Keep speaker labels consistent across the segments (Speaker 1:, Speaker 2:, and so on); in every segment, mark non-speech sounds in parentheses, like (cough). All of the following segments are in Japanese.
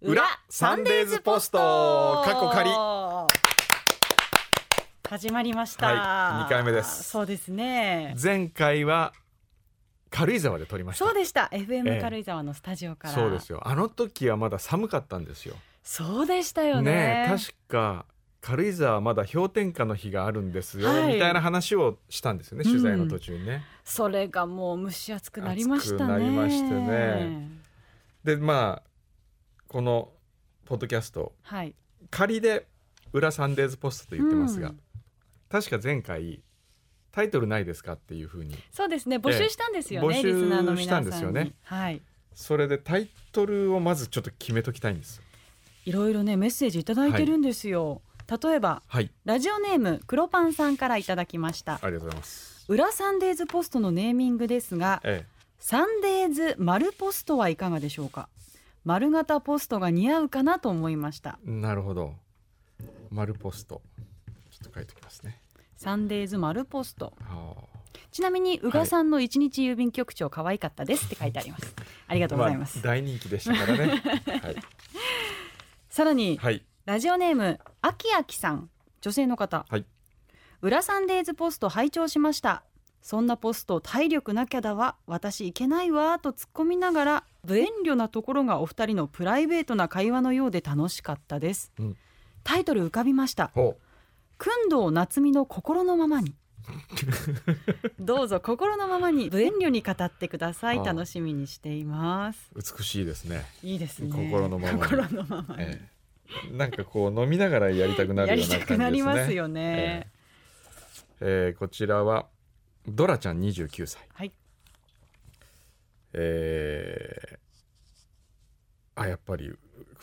Speaker 1: 裏サンデーズポストかっこ仮
Speaker 2: 始まりました、
Speaker 1: はい二回目です
Speaker 2: そうですね
Speaker 1: 前回は軽井沢で撮りました
Speaker 2: そうでした FM
Speaker 1: え
Speaker 2: 軽井沢のスタジオから、
Speaker 1: そうですよあの時はまだ寒かったんですよ
Speaker 2: そうでしたよ
Speaker 1: ね
Speaker 2: ね
Speaker 1: え確か軽井沢はまだ氷点下の日があるんですよ、
Speaker 2: はい
Speaker 1: みたいな話をしたんですよね
Speaker 2: うん
Speaker 1: 取材の途中にね、
Speaker 2: それがもう蒸し暑くなりましたね
Speaker 1: 暑くなりましたねでまあこのポッドキャスト
Speaker 2: はい
Speaker 1: 仮で裏サンデーズポストと言ってますが、
Speaker 2: うん
Speaker 1: 確か前回タイトルないですかっていうふうに
Speaker 2: そうですね募集したんですよね、
Speaker 1: ええ
Speaker 2: リスナーの
Speaker 1: 募集し
Speaker 2: 皆さん
Speaker 1: たん
Speaker 2: に
Speaker 1: ですよね
Speaker 2: はい
Speaker 1: それでタイトルをまずちょっと決めときたいんです
Speaker 2: いろいろねメッセージいただいてるんですよ、例えば
Speaker 1: はい
Speaker 2: ラジオネーム黒パンさんからいただきました
Speaker 1: ありがとうございます
Speaker 2: 裏サンデーズポストのネーミングですが
Speaker 1: え
Speaker 2: サンデーズ丸ポストはいかがでしょうか丸型ポストが似合うかなと思いました
Speaker 1: えなるほど丸ポストちょっと書いておきますね
Speaker 2: サンデーズ丸ポスト
Speaker 1: は
Speaker 2: ちなみに宇
Speaker 1: は
Speaker 2: 賀
Speaker 1: い
Speaker 2: さんの一日郵便局長可愛かったですって書いてあります、ありが
Speaker 1: あ
Speaker 2: とうございます、
Speaker 1: あ、大人気でしたから
Speaker 2: (laughs)
Speaker 1: ねはい、
Speaker 2: さらに
Speaker 1: はい、
Speaker 2: ラジオネームあきあきさん女性の方、
Speaker 1: はい
Speaker 2: 裏サンデーズポスト拝聴しましたそんなポスト体力なきゃだわ私いけないわと突っ込みながら無遠慮なところがお二人のプライベートな会話のようで楽しかったです、
Speaker 1: うん
Speaker 2: タイトル浮かびました
Speaker 1: ほ
Speaker 2: 工藤夏美の心のまま
Speaker 1: (laughs)
Speaker 2: にどうぞ心のままに無遠慮に語ってください
Speaker 1: ああ
Speaker 2: 楽しみにしています
Speaker 1: う美しいですね、
Speaker 2: いいですね
Speaker 1: 心のままに
Speaker 2: 心のままに
Speaker 1: ええ、なんかこう飲みながらやりたくな
Speaker 2: やり
Speaker 1: るよう
Speaker 2: た
Speaker 1: な感じです
Speaker 2: く
Speaker 1: ね
Speaker 2: なりますよね、
Speaker 1: ええーこちらはドラちゃん29歳、
Speaker 2: はい
Speaker 1: えーあやっぱり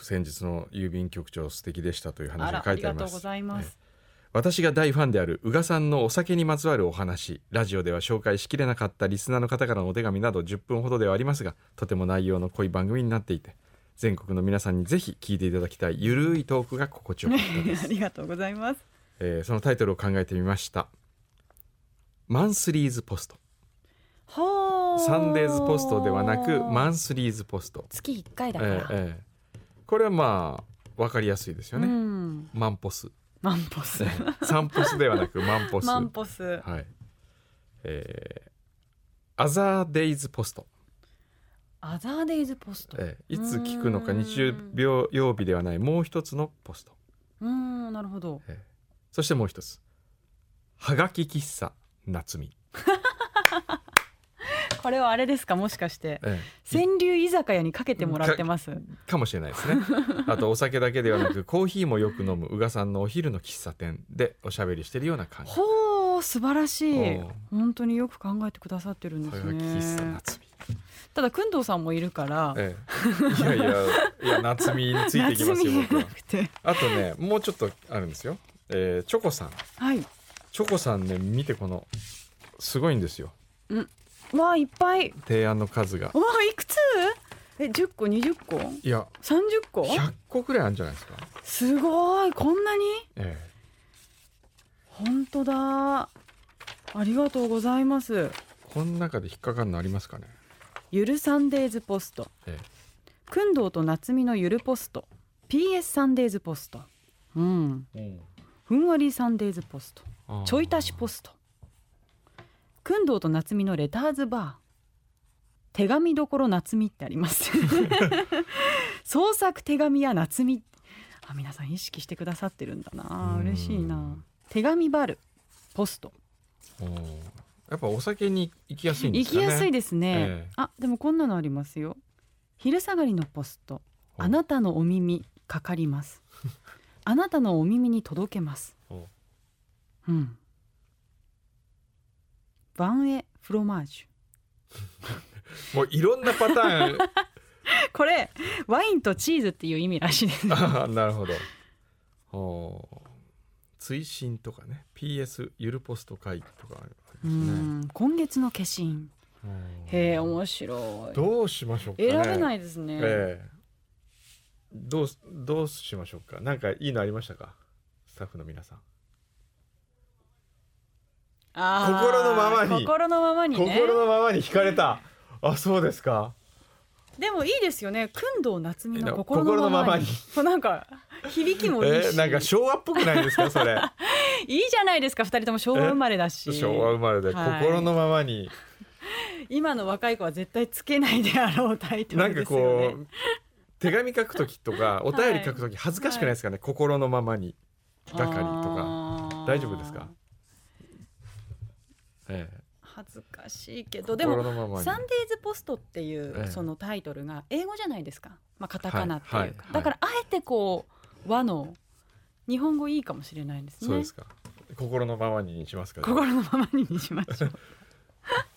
Speaker 1: 先日の郵便局長素敵でしたという話
Speaker 2: あ
Speaker 1: が
Speaker 2: ら
Speaker 1: 書
Speaker 2: あ
Speaker 1: い
Speaker 2: り
Speaker 1: てあ
Speaker 2: が
Speaker 1: り
Speaker 2: と
Speaker 1: ま
Speaker 2: う
Speaker 1: す
Speaker 2: ございます、
Speaker 1: 私が大ファンである宇賀さんのお酒にまつわるお話ラジオでは紹介しきれなかったリスナーの方からのお手紙など10分ほどではありますがとても内容の濃い番組になっていて全国の皆さんにぜひ聞いていただきたいゆるいトークが心地よか
Speaker 2: (laughs)
Speaker 1: ったです
Speaker 2: あ、
Speaker 1: (laughs)
Speaker 2: りがとうございます
Speaker 1: えーそのタイトルを考えてみましたマンスリーズポスト
Speaker 2: ほ
Speaker 1: サンデーズポストではなくマ
Speaker 2: ン
Speaker 1: ンスリーズポスト
Speaker 2: 月一回だから、
Speaker 1: ええええこれはまあ分かりやすいですよね、
Speaker 2: うん
Speaker 1: マンポス
Speaker 2: マンポス
Speaker 1: 散ポスではなくマンポス
Speaker 2: マンポス
Speaker 1: はいえーアザーデイズポスト、
Speaker 2: アザーデイズポスト、
Speaker 1: ええいつ聞くのか
Speaker 2: うーん
Speaker 1: 日曜曜日ではないもう一つのポスト
Speaker 2: うーんなるほど
Speaker 1: そしてもう一つはがき喫茶夏美、
Speaker 2: これはあれですかもしかして
Speaker 1: ええ
Speaker 2: 川柳居酒屋にかけてもらってます
Speaker 1: かもしれないですね
Speaker 2: (laughs)
Speaker 1: あとお酒だけではなくコーヒーもよく飲む宇賀さんのお昼の喫茶店でおしゃべりしてるような感じ
Speaker 2: ほう素晴らしい
Speaker 1: おう
Speaker 2: 本当によく考えてくださってるんで
Speaker 1: は
Speaker 2: す
Speaker 1: がき喫茶
Speaker 2: ね
Speaker 1: 夏美
Speaker 2: ただくんどうさんもいるから
Speaker 1: ええ、いやいやいや夏美についていきますよ
Speaker 2: (laughs) 夏
Speaker 1: 僕
Speaker 2: 美じゃな
Speaker 1: は
Speaker 2: くて
Speaker 1: あとねもうちょっとあるんですよ、えー、チョコさん
Speaker 2: はい
Speaker 1: チョコさんね見てこのすごいんですよ
Speaker 2: わあいっぱい
Speaker 1: 提案の数が
Speaker 2: わあいくつえ10個20個
Speaker 1: いや
Speaker 2: 30個
Speaker 1: 100個くらいあるんじゃないですか、
Speaker 2: すごいこんなに
Speaker 1: え
Speaker 2: 本当だありがとうございます
Speaker 1: え、この中で引っかかるのありますかね、
Speaker 2: ゆるサンデーズポスト
Speaker 1: え
Speaker 2: くんどうと夏美のゆるポスト PS サンデーズポストうん
Speaker 1: え、
Speaker 2: ふんわりサンデーズポスト
Speaker 1: あー
Speaker 2: ちょい足しポストくんどうと夏美のレターズバー手紙どころ夏美ってあります
Speaker 1: (laughs)
Speaker 2: 創作手紙や夏美あ皆さん意識してくださってるんだな
Speaker 1: うん
Speaker 2: 嬉しいな手紙バルポスト
Speaker 1: おーやっぱお酒に行きやすいんで
Speaker 2: 行
Speaker 1: すか
Speaker 2: き
Speaker 1: ね
Speaker 2: やすい
Speaker 1: で
Speaker 2: ですね、
Speaker 1: ええ
Speaker 2: あでもこんなのありますよ昼下がりのポストあなたのお耳かかります
Speaker 1: (laughs)
Speaker 2: あなたのお耳に届けます
Speaker 1: ほ
Speaker 2: うんバンエフロマージ
Speaker 1: もういろんなパタ
Speaker 2: (laughs)
Speaker 1: ーン
Speaker 2: ュ (laughs) これワインとチーズっていう意味らしいです
Speaker 1: あーなるほどおー追伸とかね PS ゆるポスト会とかあり
Speaker 2: う
Speaker 1: ますね
Speaker 2: ん今月の化身
Speaker 1: うん
Speaker 2: へえ面白い
Speaker 1: どうしましょうかね、
Speaker 2: 選べないいですね、
Speaker 1: ええどうすどうしましょうかなんかいいのありましたかスタッフの皆さん
Speaker 2: あー
Speaker 1: 心のままに
Speaker 2: 心のままにね
Speaker 1: 心のままに惹かれたあそうですか
Speaker 2: でもいいですよね。訓道夏美の心
Speaker 1: 心の
Speaker 2: のま
Speaker 1: ま
Speaker 2: ま
Speaker 1: ま
Speaker 2: に
Speaker 1: に。
Speaker 2: こうなんか響きもいいし、
Speaker 1: (laughs) えー、なんか昭和っぽくないで
Speaker 2: (laughs)
Speaker 1: すかそれ
Speaker 2: いいじゃないですか。二人とも昭和生まれだし、
Speaker 1: 昭和生まれで
Speaker 2: はい
Speaker 1: 心のままに、
Speaker 2: 今の若い子は絶対つけないであろうタイト
Speaker 1: なん
Speaker 2: ル
Speaker 1: か
Speaker 2: ですよね
Speaker 1: こ。う手紙書くときとかお便り書くとき恥ずかしくないですかね、心のままにばかりとか、
Speaker 2: か
Speaker 1: 大丈夫ですかええ
Speaker 2: 恥ずかしいけどでも
Speaker 1: 心のままに
Speaker 2: サンデーズポストっていう、
Speaker 1: ええ
Speaker 2: そのタイトルが英語じゃないですか、まあ、カタカナっていうか、
Speaker 1: はいはいはい
Speaker 2: だからあえてこう和の日本語いいかもしれないですね
Speaker 1: そうですか心のままににしますか
Speaker 2: 心のままににしましょう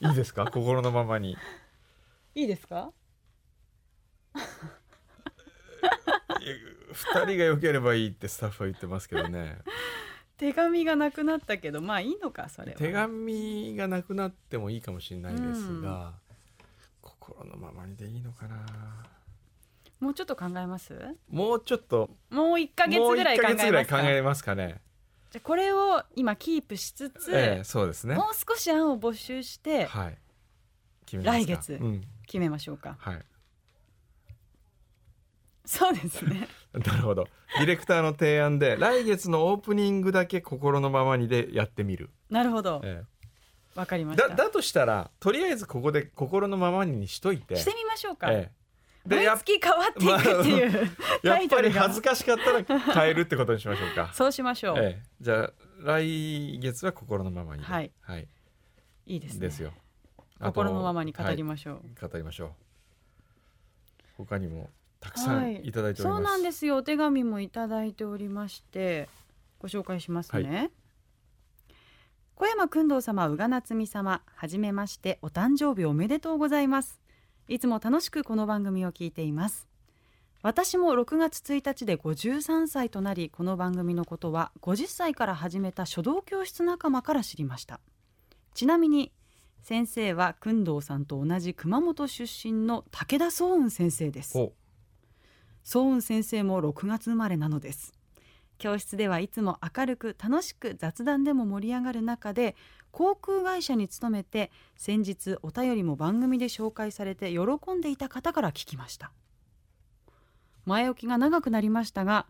Speaker 1: いいですか心のままに
Speaker 2: いいですか
Speaker 1: いや二人が良ければいいってスタッフは言ってますけどね
Speaker 2: 手紙がなくなったけど (laughs) まあいいのかそれは
Speaker 1: 手紙がなくなってもいいかもしれないですが、心のままにでいいのかな
Speaker 2: もうちょっと考えます
Speaker 1: もうちょっと
Speaker 2: もう1か月
Speaker 1: もう
Speaker 2: ぐらい
Speaker 1: 一
Speaker 2: 考
Speaker 1: ヶ
Speaker 2: え
Speaker 1: 月ぐら
Speaker 2: ま
Speaker 1: い
Speaker 2: す
Speaker 1: 考
Speaker 2: か
Speaker 1: えますかね
Speaker 2: じゃあこれを今キープしつつ、
Speaker 1: ええそうですね
Speaker 2: もう少し案を募集して
Speaker 1: はい決めま
Speaker 2: 来
Speaker 1: すか
Speaker 2: 月
Speaker 1: うん
Speaker 2: 決めましょうか、
Speaker 1: はい (laughs)
Speaker 2: そうです
Speaker 1: (laughs)
Speaker 2: ね
Speaker 1: なるほどディレクターの提案で来月のオープニングだけ心のままにでやってみる、
Speaker 2: なるほど
Speaker 1: え
Speaker 2: わかり
Speaker 1: え
Speaker 2: まし
Speaker 1: だ
Speaker 2: た
Speaker 1: だとしたらとりあえずここで心のままににしといて
Speaker 2: してみましょうか、
Speaker 1: ええでや
Speaker 2: 毎
Speaker 1: っ
Speaker 2: 月変わっていくっていう、
Speaker 1: や
Speaker 2: タ
Speaker 1: っ
Speaker 2: イ
Speaker 1: ぱ
Speaker 2: ト
Speaker 1: り
Speaker 2: ルが
Speaker 1: 恥ずかしかったら変えるってことにしましょうか
Speaker 2: (laughs) そうしましょう、
Speaker 1: ええ、じゃあ来月は心のままにで、
Speaker 2: はい
Speaker 1: はい、
Speaker 2: いいですね
Speaker 1: ですよあと
Speaker 2: 心のままに語りましょう、
Speaker 1: はい語りましょう他にもたくさ
Speaker 2: は
Speaker 1: ん
Speaker 2: い
Speaker 1: いただいてお
Speaker 2: そ
Speaker 1: ります、
Speaker 2: うなんですよお手紙もいただいておりましてご紹介しますね、小山君堂様宇賀夏美様はじめましてお誕生日おめでとうございますいつも楽しくこの番組を聞いています私も6月1日で53歳となりこの番組のことは50歳から始めた書道教室仲間から知りましたちなみに先生は君堂さんと同じ熊本出身の武田宗雲先生です
Speaker 1: お
Speaker 2: 早雲先生も6月生まれなのです教室ではいつも明るく楽しく雑談でも盛り上がる中で航空会社に勤めて先日お便りも番組で紹介されて喜んでいた方から聞きました前置きが長くなりましたが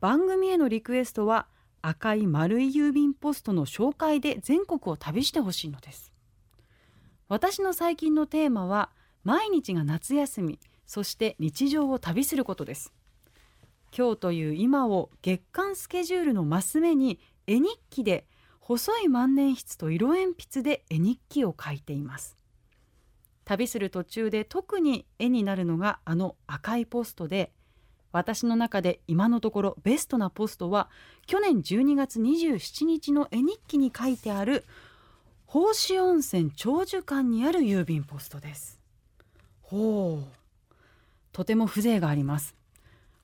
Speaker 2: 番組へのリクエストは赤い丸い郵便ポストの紹介で全国を旅してほしいのです私の最近のテーマは毎日が夏休みそして日常を旅することです今日という今を月間スケジュールのマス目に絵日記で細い万年筆と色鉛筆で絵日記を書いています旅する途中で特に絵になるのがあの赤いポストで私の中で今のところベストなポストは去年12月27日の絵日記に書いてある奉仕温泉長寿館にある郵便ポストですほうとても風情があります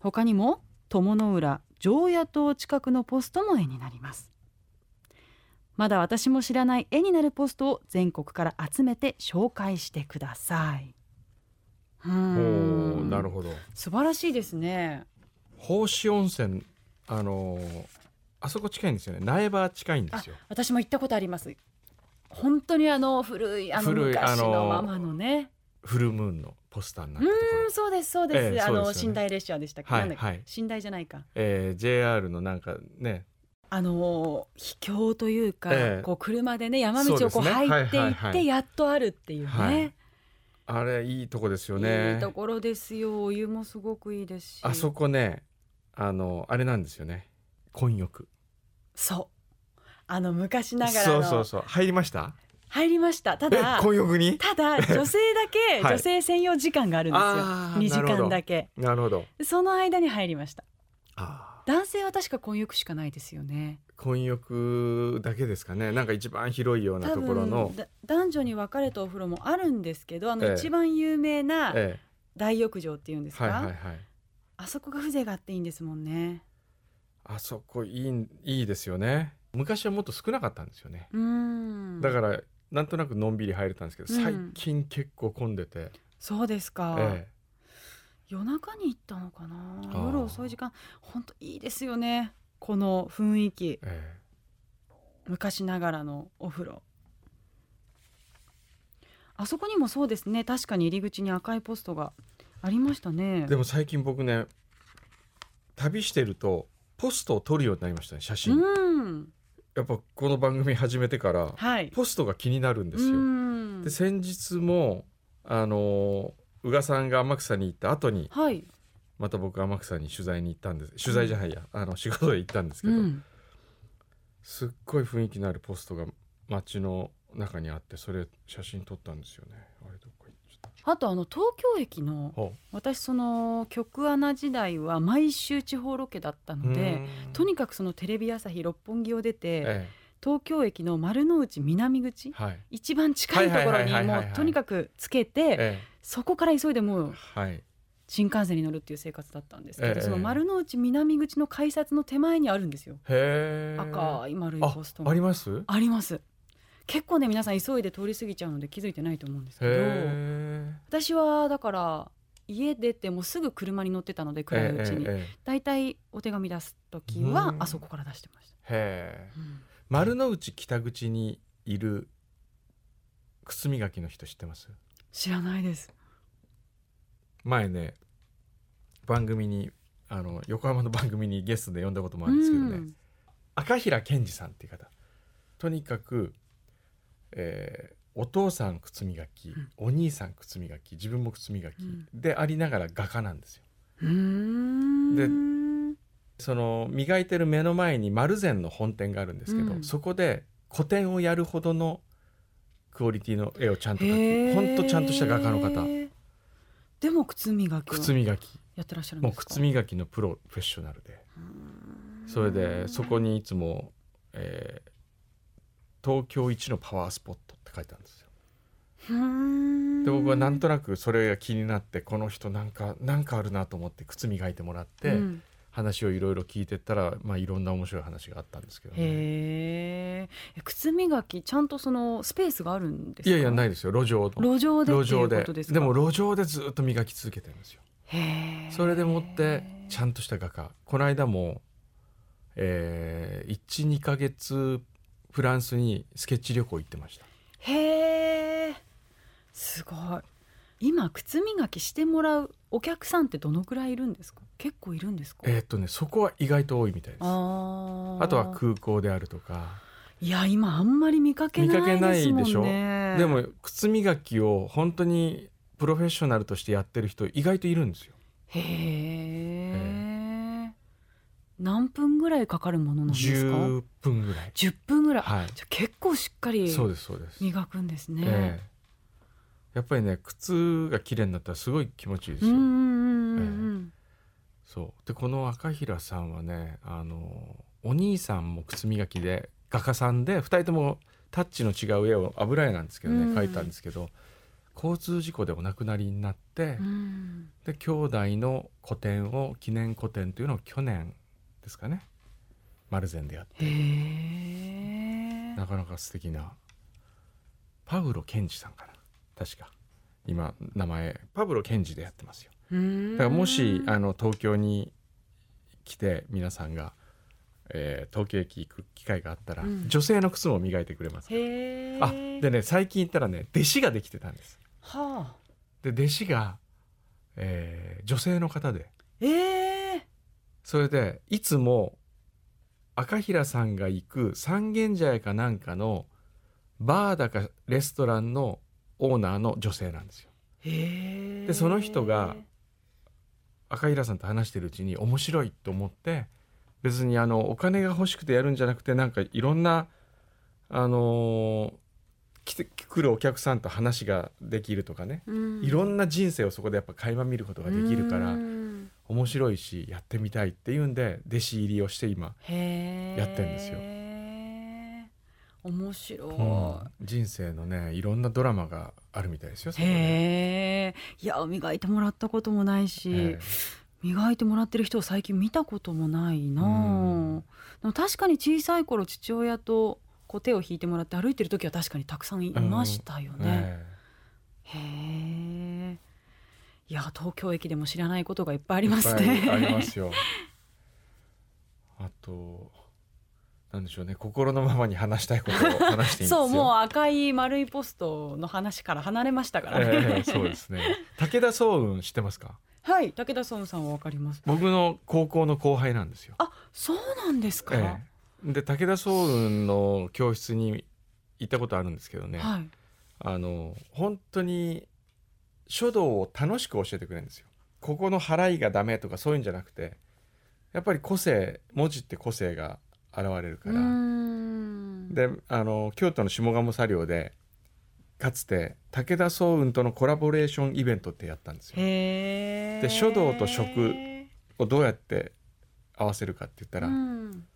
Speaker 2: 他にも友の浦常夜島近くのポストも絵になりますまだ私も知らない絵になるポストを全国から集めて紹介してくださいうー
Speaker 1: お
Speaker 2: ん
Speaker 1: ーなるほど
Speaker 2: 素晴らしいですね
Speaker 1: 奉仕温泉あのーあそこ近いんですよね苗場近いんですよ
Speaker 2: 私も行ったことあります本当にあの古いあの
Speaker 1: 古い
Speaker 2: 昔の
Speaker 1: あ
Speaker 2: まま
Speaker 1: の
Speaker 2: のね
Speaker 1: フルムーンのポスターになったところ
Speaker 2: うんそうですそうです、
Speaker 1: ええ
Speaker 2: あ
Speaker 1: そう
Speaker 2: の
Speaker 1: ですよね
Speaker 2: 寝台列車でしたっけ、
Speaker 1: はい
Speaker 2: なんだっけ
Speaker 1: はい
Speaker 2: 寝台じゃないか
Speaker 1: えー、JR のなんかね
Speaker 2: あのー秘境というか、
Speaker 1: ええ
Speaker 2: こう車でね山道をこ
Speaker 1: そううですね
Speaker 2: 入って
Speaker 1: は
Speaker 2: い
Speaker 1: いはい
Speaker 2: っ
Speaker 1: は
Speaker 2: て
Speaker 1: い
Speaker 2: やっとあるっていうね、
Speaker 1: はいあれいいとこですよね
Speaker 2: いいところですよお湯もすごくいいですし
Speaker 1: あそこねあのあれなんですよね混浴
Speaker 2: そうあの昔ながら
Speaker 1: そ
Speaker 2: の
Speaker 1: うそうそう入りました
Speaker 2: 入りましたた
Speaker 1: え
Speaker 2: だ
Speaker 1: 混浴に
Speaker 2: ただ女性だけ、
Speaker 1: (laughs) はい
Speaker 2: 女性専用時間があるんですよ
Speaker 1: あー
Speaker 2: 2時
Speaker 1: なるほ
Speaker 2: 間
Speaker 1: ど
Speaker 2: だけ
Speaker 1: なるほど
Speaker 2: その間に入りました
Speaker 1: あ
Speaker 2: 男性は確か混浴しかないですよね
Speaker 1: ー混浴だけですかねなんか一番広いような
Speaker 2: 多
Speaker 1: ところの
Speaker 2: 分、だ男女に分かれたお風呂もあるんですけどあの
Speaker 1: ええ
Speaker 2: 一番有名な
Speaker 1: え
Speaker 2: 大浴場っていうんで
Speaker 1: え
Speaker 2: すか、
Speaker 1: はいはいはい
Speaker 2: あそこが風情があっていいんですもんね
Speaker 1: あそこいいいいですよね昔はもっと少なかったんですよね、
Speaker 2: うーん
Speaker 1: だからなんとなくのんびり入れたんですけど、
Speaker 2: うん
Speaker 1: 最近結構混んでて、
Speaker 2: そうですか、
Speaker 1: え
Speaker 2: 夜中に行ったのかな
Speaker 1: あー
Speaker 2: 夜遅い時間本当いいですよねこの雰囲気
Speaker 1: ええ
Speaker 2: 昔ながらのお風呂あそこにもそうですね確かに入り口に赤いポストがありましたね
Speaker 1: でも最近僕ね旅してるとポストを撮るようになりましたね写真、
Speaker 2: うん
Speaker 1: やっぱこの番組始めてから
Speaker 2: はい
Speaker 1: ポストが気になるんです
Speaker 2: う
Speaker 1: よ。
Speaker 2: ん
Speaker 1: で先日もあの宇賀さんが天草に行った後に
Speaker 2: はい、
Speaker 1: また僕天草に取材に行ったんです取材じゃないや、あの仕事で行ったんですけ
Speaker 2: う
Speaker 1: ど、
Speaker 2: ん、
Speaker 1: すっごい雰囲気のあるポストが街の中にあってそれ写真撮ったんですよね。あれどこ行っちゃっ
Speaker 2: あとあの東京駅の
Speaker 1: たほ
Speaker 2: 私その局アナ時代は毎週地方ロケだった
Speaker 1: う
Speaker 2: ので
Speaker 1: うん
Speaker 2: とにかくそのテレビ朝日六本木を出て、
Speaker 1: え
Speaker 2: 東京駅の丸の内南口
Speaker 1: えはい、
Speaker 2: 一番近いところに
Speaker 1: はいはいはいはい
Speaker 2: も
Speaker 1: は
Speaker 2: う
Speaker 1: い
Speaker 2: とにかくつけて
Speaker 1: え
Speaker 2: そこから急いでも
Speaker 1: え
Speaker 2: う
Speaker 1: はい、
Speaker 2: 新幹線に乗るっていう生活だったんですけ
Speaker 1: え
Speaker 2: ど
Speaker 1: え
Speaker 2: その丸の内南口の改札の手前にあるんですよ
Speaker 1: へえ
Speaker 2: 赤い丸い
Speaker 1: あ
Speaker 2: ポスト
Speaker 1: あ
Speaker 2: が
Speaker 1: ります
Speaker 2: あります結構ね皆さん急いで通り過ぎちゃうので気づいてないと思うんですけど
Speaker 1: へ
Speaker 2: 私はだから家出てもうすぐ車に乗ってたので
Speaker 1: え
Speaker 2: 暗いうちに
Speaker 1: ええええ
Speaker 2: 大体お手紙出す時は
Speaker 1: うん
Speaker 2: あそこから出してました、
Speaker 1: へえ
Speaker 2: うん
Speaker 1: 丸の内北口にいる靴磨きの人知ってます
Speaker 2: 知らないです
Speaker 1: 前ね番組にあの横浜の番組にゲストで呼んだこともあるんですけどね、
Speaker 2: うん
Speaker 1: 赤平健二さんっていう方とにかく、えーお父さん靴磨き、
Speaker 2: ん
Speaker 1: お兄さん靴磨き自分も靴磨き、
Speaker 2: うん
Speaker 1: でありながら画家なんですよ
Speaker 2: うーん
Speaker 1: その磨いてる目の前に丸善の本店があるんですけど、
Speaker 2: うん
Speaker 1: そこで個展をやるほどのクオリティの絵をちゃんと描
Speaker 2: へ
Speaker 1: く
Speaker 2: ー
Speaker 1: ほんとちゃんとした画家の方
Speaker 2: でも靴磨きを
Speaker 1: 靴磨き
Speaker 2: やってらっしゃるん
Speaker 1: もう
Speaker 2: ですか
Speaker 1: 靴磨きのプロフェッショナルでそれでそこにいつも、えー東京一のパワースポット」って書いてあるんですよ。で
Speaker 2: で
Speaker 1: 僕はなんとなくそれが気になってこの人なんかなんかあるなと思って靴磨いてもらって、話をいろいろ聞いてったら、まあ、いろんな面白い話があったんですけど、ね、
Speaker 2: へーえ靴磨きちゃんとそのスペースがあるんです
Speaker 1: い
Speaker 2: か
Speaker 1: やいやないいですよ路上の
Speaker 2: 路上で
Speaker 1: 路
Speaker 2: ってい
Speaker 1: 上
Speaker 2: う
Speaker 1: で
Speaker 2: ことですか
Speaker 1: でも路上でずっと磨き続けてるんですよ
Speaker 2: へー
Speaker 1: それでもってちゃんとした画家この間も、えー、12ヶ月フランスにスケッチ旅行行ってました
Speaker 2: へえすごい今靴磨きしてもらうお客さんってどのくらいいるんですか結構いるんですか、
Speaker 1: えーっとねそこは意外と多いみたいですあ
Speaker 2: あー
Speaker 1: とは空港であるとか
Speaker 2: いや今あんまり見かけないですもんね
Speaker 1: 見かけないでしょで
Speaker 2: で
Speaker 1: も靴磨きを本当にプロフェッショナルとしてやってる人意外といるんですよ
Speaker 2: へえ何分ぐらいかかるものなんですか
Speaker 1: 10分ぐらい
Speaker 2: 10分ぐらい、
Speaker 1: はい
Speaker 2: じゃあ結構しっかり
Speaker 1: そうですそうです
Speaker 2: 磨くんですね、
Speaker 1: ええやっぱりね靴が綺麗になったらすごい気持ちいいです
Speaker 2: うん
Speaker 1: よ、
Speaker 2: うんうんうん、
Speaker 1: そうでこの赤平さんはねあのお兄さんも靴磨きで画家さんで2人ともタッチの違う絵を油絵なんですけど
Speaker 2: う
Speaker 1: ね、
Speaker 2: ん
Speaker 1: 描いたんですけど交通事故でお亡くなりになって、
Speaker 2: うん
Speaker 1: で兄弟の個展を記念個展というのを去年ですかね丸善でやっ
Speaker 2: へえ
Speaker 1: てなかなか素敵なパウロ賢治さんかな確か今名前パブロ賢治でやってますよ。だからもしあの東京に来て皆さんが、えー東京駅行く機会があったら、
Speaker 2: うん
Speaker 1: 女性の靴も磨いてくれます。
Speaker 2: へえ
Speaker 1: あでね最近行ったらね弟子ができてたんです。
Speaker 2: はあ
Speaker 1: で弟子が、えー女性の方で
Speaker 2: ええ
Speaker 1: それでいつも赤平さんが行く三軒茶屋かなんかのバーだかレストランのオーナーの女性なんですよ。
Speaker 2: へえ
Speaker 1: でその人が赤平さんと話してるうちに面白いと思って別にあのお金が欲しくてやるんじゃなくてなんかいろんなあのー来て来るお客さんと話ができるとかね、
Speaker 2: うん
Speaker 1: いろんな人生をそこでやっぱ垣間見ることができるから
Speaker 2: うん
Speaker 1: 面白いしやってみたいっていうんで弟子入りをして今、
Speaker 2: へえ
Speaker 1: やってんですよ
Speaker 2: 面白い、
Speaker 1: 人生のねいろんなドラマがあるみたいですよそこで
Speaker 2: へえいや磨いてもらったこともないし、
Speaker 1: ええ
Speaker 2: 磨いてもらってる人を最近見たこともないなあ、
Speaker 1: うん
Speaker 2: でも確かに小さい頃父親とこう手を引いてもらって歩いてる時は確かにたくさんいましたよね、
Speaker 1: ええ
Speaker 2: へえいや東京駅でも知らないことがいっ (laughs) ぱいありますね
Speaker 1: いっぱいありますよ。あとなんでしょうね心のままに話したいことを話していいんですよ
Speaker 2: (laughs) そうもう赤い丸いポストの話から離れましたからね、
Speaker 1: ええそうですね武田総雲知ってますか
Speaker 2: (laughs) はい武田孫さんはわかります
Speaker 1: 僕の高校の後輩なんですよ、
Speaker 2: あそうなんですか、
Speaker 1: ええで武田総雲の教室に行ったことあるんですけどね、
Speaker 2: はい
Speaker 1: あの本当に書道を楽しく教えてくれるんですよここの払いがダメとかそういうんじゃなくてやっぱり個性文字って個性が現れるか
Speaker 2: う
Speaker 1: ら、
Speaker 2: ーん
Speaker 1: であの京都の下鴨作業でかつて武田総雲とのコラボレーションイベントってやったんですよ。
Speaker 2: へえ
Speaker 1: で書道と食をどうやって合わせるかって言ったら、
Speaker 2: うん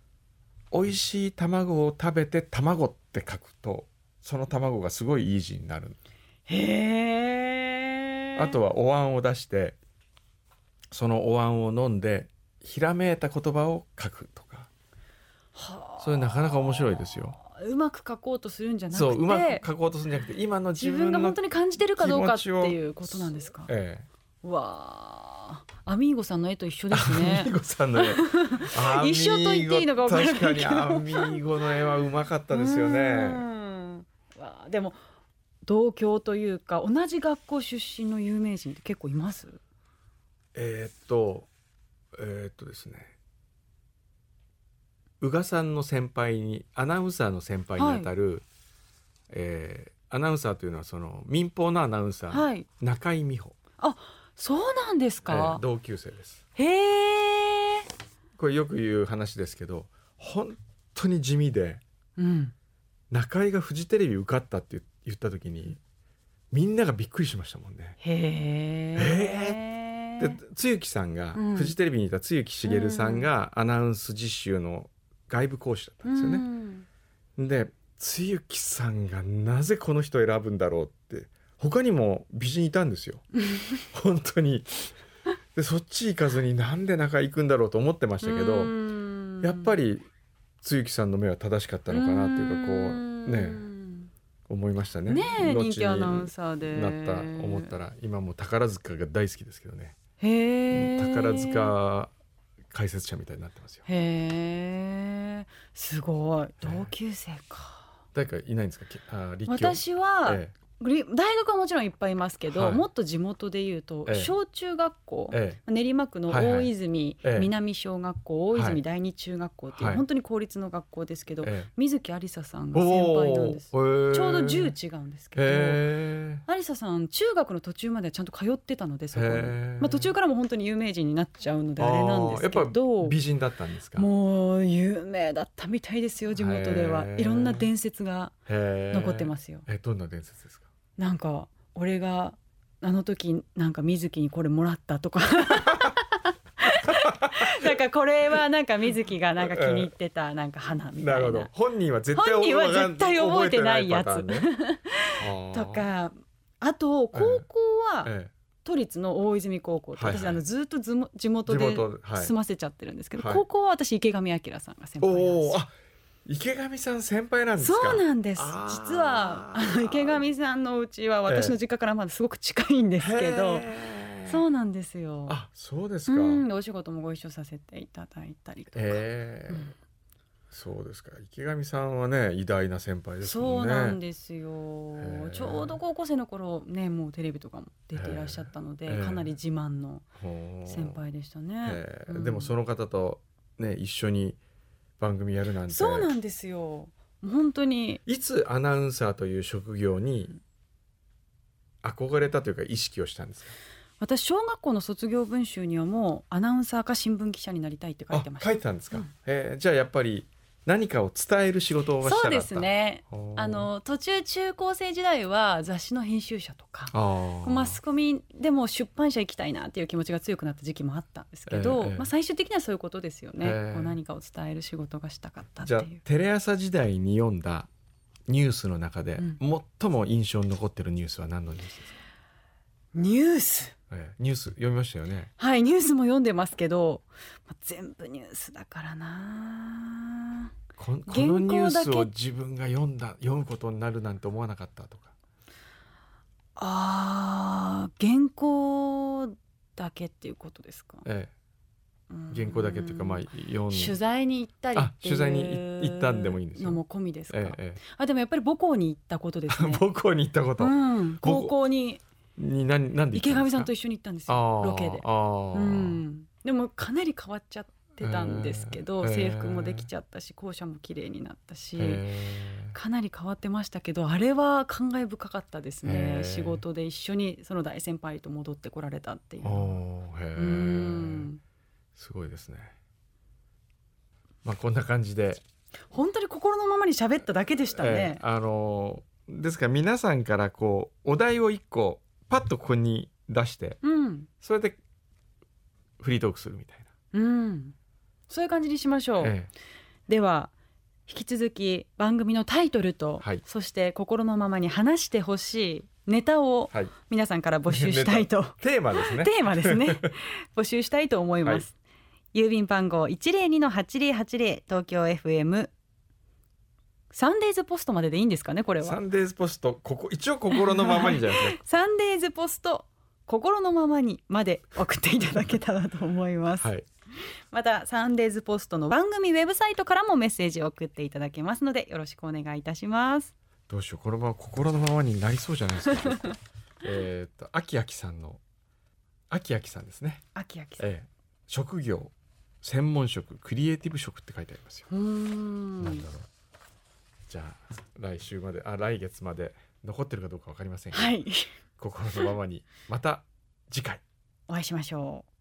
Speaker 1: 美味しい卵を食べて卵って書くとその卵がすごいいい字になる。
Speaker 2: へえ
Speaker 1: あとはお椀を出してそのお椀を飲んでひらめいた言葉を書くとか
Speaker 2: はあ
Speaker 1: それなかなか面白いですよ。
Speaker 2: うまく書こうとするんじゃなくて
Speaker 1: そううまく書こうとするんじゃなくて今の自
Speaker 2: 自
Speaker 1: 分
Speaker 2: 分
Speaker 1: の
Speaker 2: が本当に感じてるかどうかって
Speaker 1: 気持
Speaker 2: いうことなんですか
Speaker 1: ええ
Speaker 2: わあアミーゴさんの絵と一緒です
Speaker 1: アミ
Speaker 2: ね
Speaker 1: ーゴさんの絵
Speaker 2: (laughs) 一緒と言っていいのか分からないけど
Speaker 1: 確かにアミーゴの絵はうまかったですよ
Speaker 2: う
Speaker 1: ね
Speaker 2: んわあでも同郷というか同じ学校出身の有名人って結構います
Speaker 1: えーっとえーっとですね宇賀さんの先輩にアナウンサーの先輩にあたる、えーアナウンサーというのはその民放のアナウンサー、
Speaker 2: はい
Speaker 1: 中井美穂、
Speaker 2: そうなんです
Speaker 1: えー
Speaker 2: か、
Speaker 1: 同級生です
Speaker 2: へえ
Speaker 1: これよく言う話ですけど本当に地味で
Speaker 2: うん
Speaker 1: 中井がフジテレビ受かったって言った時にみんながびっくりしましたもんね
Speaker 2: へえ
Speaker 1: でつゆきさんが、
Speaker 2: うん
Speaker 1: フジテレビにいたつゆきしげるさんがアナウンス実習の外部講師だったんですよね。でつゆきさんがなぜこの人を選ぶんだろうって他にも美人いたんで
Speaker 2: (laughs)
Speaker 1: すよ本当に。でそっち行かずになんで仲行くんだろうと思ってましたけど、やっぱ
Speaker 2: り
Speaker 1: りつゆきさんの目は正しかったのかなっていうかこうね思いましたね。
Speaker 2: ねえ
Speaker 1: 後に
Speaker 2: 人気アナウンサーで
Speaker 1: なった思ったら今もう宝塚が大好きですけどね。
Speaker 2: へえ
Speaker 1: 宝塚解説者みたいになってますよ
Speaker 2: へえすごい同級生か、
Speaker 1: 誰かいないんですかきあ立教
Speaker 2: 私は、
Speaker 1: え
Speaker 2: グリ大学はもちろんいっぱいいますけど、
Speaker 1: はい
Speaker 2: もっと地元で言うと、
Speaker 1: ええ
Speaker 2: 小中学校、
Speaker 1: ええ
Speaker 2: 練馬区の
Speaker 1: はいはい
Speaker 2: 大泉
Speaker 1: ええ
Speaker 2: 南小学校、大
Speaker 1: はい
Speaker 2: 泉第二中学校っていう、
Speaker 1: はい
Speaker 2: 本当に公立の学校ですけ
Speaker 1: え
Speaker 2: ど、
Speaker 1: ええ
Speaker 2: 水木有沙さんが先輩なん
Speaker 1: お
Speaker 2: です
Speaker 1: おー
Speaker 2: ちょうど
Speaker 1: へ
Speaker 2: 10違うんですけど、
Speaker 1: え
Speaker 2: 有沙さん中学の途中まではちゃんと通ってたのでそこに
Speaker 1: へー
Speaker 2: まあ、途中からも本当に有名人になっちゃうのであれなんですけ
Speaker 1: あーやっ
Speaker 2: ど
Speaker 1: 美人だったんですか
Speaker 2: もう有名だったみたいですよ地元では
Speaker 1: へー
Speaker 2: いろんな伝説が残
Speaker 1: 残
Speaker 2: ってますすよ。
Speaker 1: えどんな伝説ですか
Speaker 2: なんか俺があの時なんか水木にこれもらった
Speaker 1: (laughs)
Speaker 2: とかなんかこれはなんか水木がなんか気に入ってたなんか花み
Speaker 1: な
Speaker 2: た
Speaker 1: る
Speaker 2: い
Speaker 1: ほ
Speaker 2: な
Speaker 1: ど本人は絶対
Speaker 2: 本人は絶対覚えてないやつ
Speaker 1: 覚えてないパターンね
Speaker 2: (laughs) とかあと高校
Speaker 1: あ
Speaker 2: は
Speaker 1: ーえ
Speaker 2: 都立の大泉高校って
Speaker 1: はいはい
Speaker 2: 私あのずっとずも地
Speaker 1: え
Speaker 2: 元
Speaker 1: 地
Speaker 2: で
Speaker 1: 元はい
Speaker 2: 済ませちゃってるんですけど、
Speaker 1: はい
Speaker 2: 高校は私池上彰さんが先輩なんですよ
Speaker 1: おおあ池上さん先輩なんですか
Speaker 2: そうなんです
Speaker 1: あー
Speaker 2: 実はあの池上さんのうちは私の実家からまだすごく近いんですけど、
Speaker 1: へー
Speaker 2: そうなんですよ
Speaker 1: あそうですか
Speaker 2: うんお仕事もご一緒させていただいたりとか、
Speaker 1: ええ
Speaker 2: うん
Speaker 1: そうですか池上さんはね偉大な先輩です
Speaker 2: そ
Speaker 1: も
Speaker 2: うん
Speaker 1: ね
Speaker 2: なんですよ、
Speaker 1: ー
Speaker 2: ちょうど高校生の頃ねもうテレビとかも出ていらっしゃったので、
Speaker 1: へー
Speaker 2: かなり自慢の
Speaker 1: ほう
Speaker 2: 先輩でしたね、
Speaker 1: ええ
Speaker 2: うん
Speaker 1: でもその方とね一緒に番組やるなんて
Speaker 2: そうなんですよもう本当に
Speaker 1: いつアナウンサーという職業に憧れたというか意識をしたんですか
Speaker 2: 私小学校の卒業文集にはもうアナウンサーか新聞記者になりたいって書い
Speaker 1: あ
Speaker 2: てました
Speaker 1: 書いてたんですか、
Speaker 2: うん
Speaker 1: ええじゃあやっぱり何かを伝える仕事をしたかっ
Speaker 2: そ
Speaker 1: た
Speaker 2: うですね
Speaker 1: ほう
Speaker 2: あの途中中高生時代は雑誌の編集者とか
Speaker 1: あー
Speaker 2: マスコミでも出版社行きたいなっていう気持ちが強くなった時期もあったんですけど、
Speaker 1: ええ
Speaker 2: まあ、最終的にはそういうことですよね、
Speaker 1: ええ
Speaker 2: こう何かを伝える仕事がしたかったって
Speaker 1: じ
Speaker 2: い
Speaker 1: ゃあ
Speaker 2: う
Speaker 1: テレ朝時代に読んだニュースの中で、
Speaker 2: う
Speaker 1: 最も印象に残ってるニュースは何のニュースですか、
Speaker 2: ニュース
Speaker 1: ええニュース読みましたよね
Speaker 2: はいニュースも読んでますけど、まあ、全部ニュースだからな
Speaker 1: こんこ
Speaker 2: 原
Speaker 1: の
Speaker 2: 稿だけ
Speaker 1: ニュースを自分が読んだ読むことになるなんて思わなかったとか
Speaker 2: あー原稿だけっていうことですか
Speaker 1: え
Speaker 2: う
Speaker 1: 原稿だけっていうかまあ読ん
Speaker 2: 取材に行ったりっていう
Speaker 1: あ取材に行ったんでもいいんですよ
Speaker 2: のも込みですか、
Speaker 1: えええ
Speaker 2: あでもやっぱり母校に行ったこと
Speaker 1: (laughs)
Speaker 2: です
Speaker 1: え
Speaker 2: ね
Speaker 1: 母校に行ったこと
Speaker 2: うん、
Speaker 1: 校
Speaker 2: 高校に
Speaker 1: に何何で行
Speaker 2: 池
Speaker 1: った
Speaker 2: 上さんと
Speaker 1: 一
Speaker 2: 一緒に行ったんです
Speaker 1: 緒
Speaker 2: よロケで、
Speaker 1: あー
Speaker 2: うん、でもかなり変わっちゃってたんですけど、
Speaker 1: へー
Speaker 2: 制服もできちゃったし校舎も綺麗になったし、
Speaker 1: へー
Speaker 2: かなり変わってましたけどあれは感慨深かったですね
Speaker 1: へー
Speaker 2: 仕事で一緒にその大先輩と戻ってこられたっていう
Speaker 1: あ
Speaker 2: のは
Speaker 1: ーへー
Speaker 2: うん
Speaker 1: すごいですねまあこんな感じで
Speaker 2: 本当に心のままに喋っただけでした
Speaker 1: え
Speaker 2: ね
Speaker 1: え、あのーですから皆さんからこうお題を一個パッとここに出して
Speaker 2: うん
Speaker 1: それでフリートークするみたい
Speaker 2: うんそういう感じにしましょう、
Speaker 1: な、え
Speaker 2: では引き続き番組のタイトルと、
Speaker 1: はい
Speaker 2: そして心のままに話してほしいネタを
Speaker 1: えはい、
Speaker 2: 皆さんから募集したいと
Speaker 1: テーマです
Speaker 2: (laughs)
Speaker 1: ね
Speaker 2: テーマです
Speaker 1: (laughs)
Speaker 2: ね募集したいと思います、郵便番号102-8080東京 FM サンデーズポストまででいいんですかねこれ
Speaker 1: サ
Speaker 2: は
Speaker 1: ンデーズポストここ一応心のままにじゃないですか
Speaker 2: サンデーズポスト心のままにまで送っていただけたらと思います、
Speaker 1: (laughs) はい、
Speaker 2: またサンデーズポストの番組ウェブサイトからもメッセージを送っていただけますのでよろしくお願いいたします
Speaker 1: どうしようこのまま心のままになりそうじゃないですか (laughs) えっとあきあきさんのあきあきさんですね、
Speaker 2: あきあきさん
Speaker 1: ええ、職業専門職クリエイティブ職って書いてありますよ、
Speaker 2: うー
Speaker 1: なん
Speaker 2: ん
Speaker 1: だろうじゃあ来週まであ来月まで残ってるかどうかわかりませんが、
Speaker 2: はい
Speaker 1: 心のままにまた次回
Speaker 2: お会いしましょう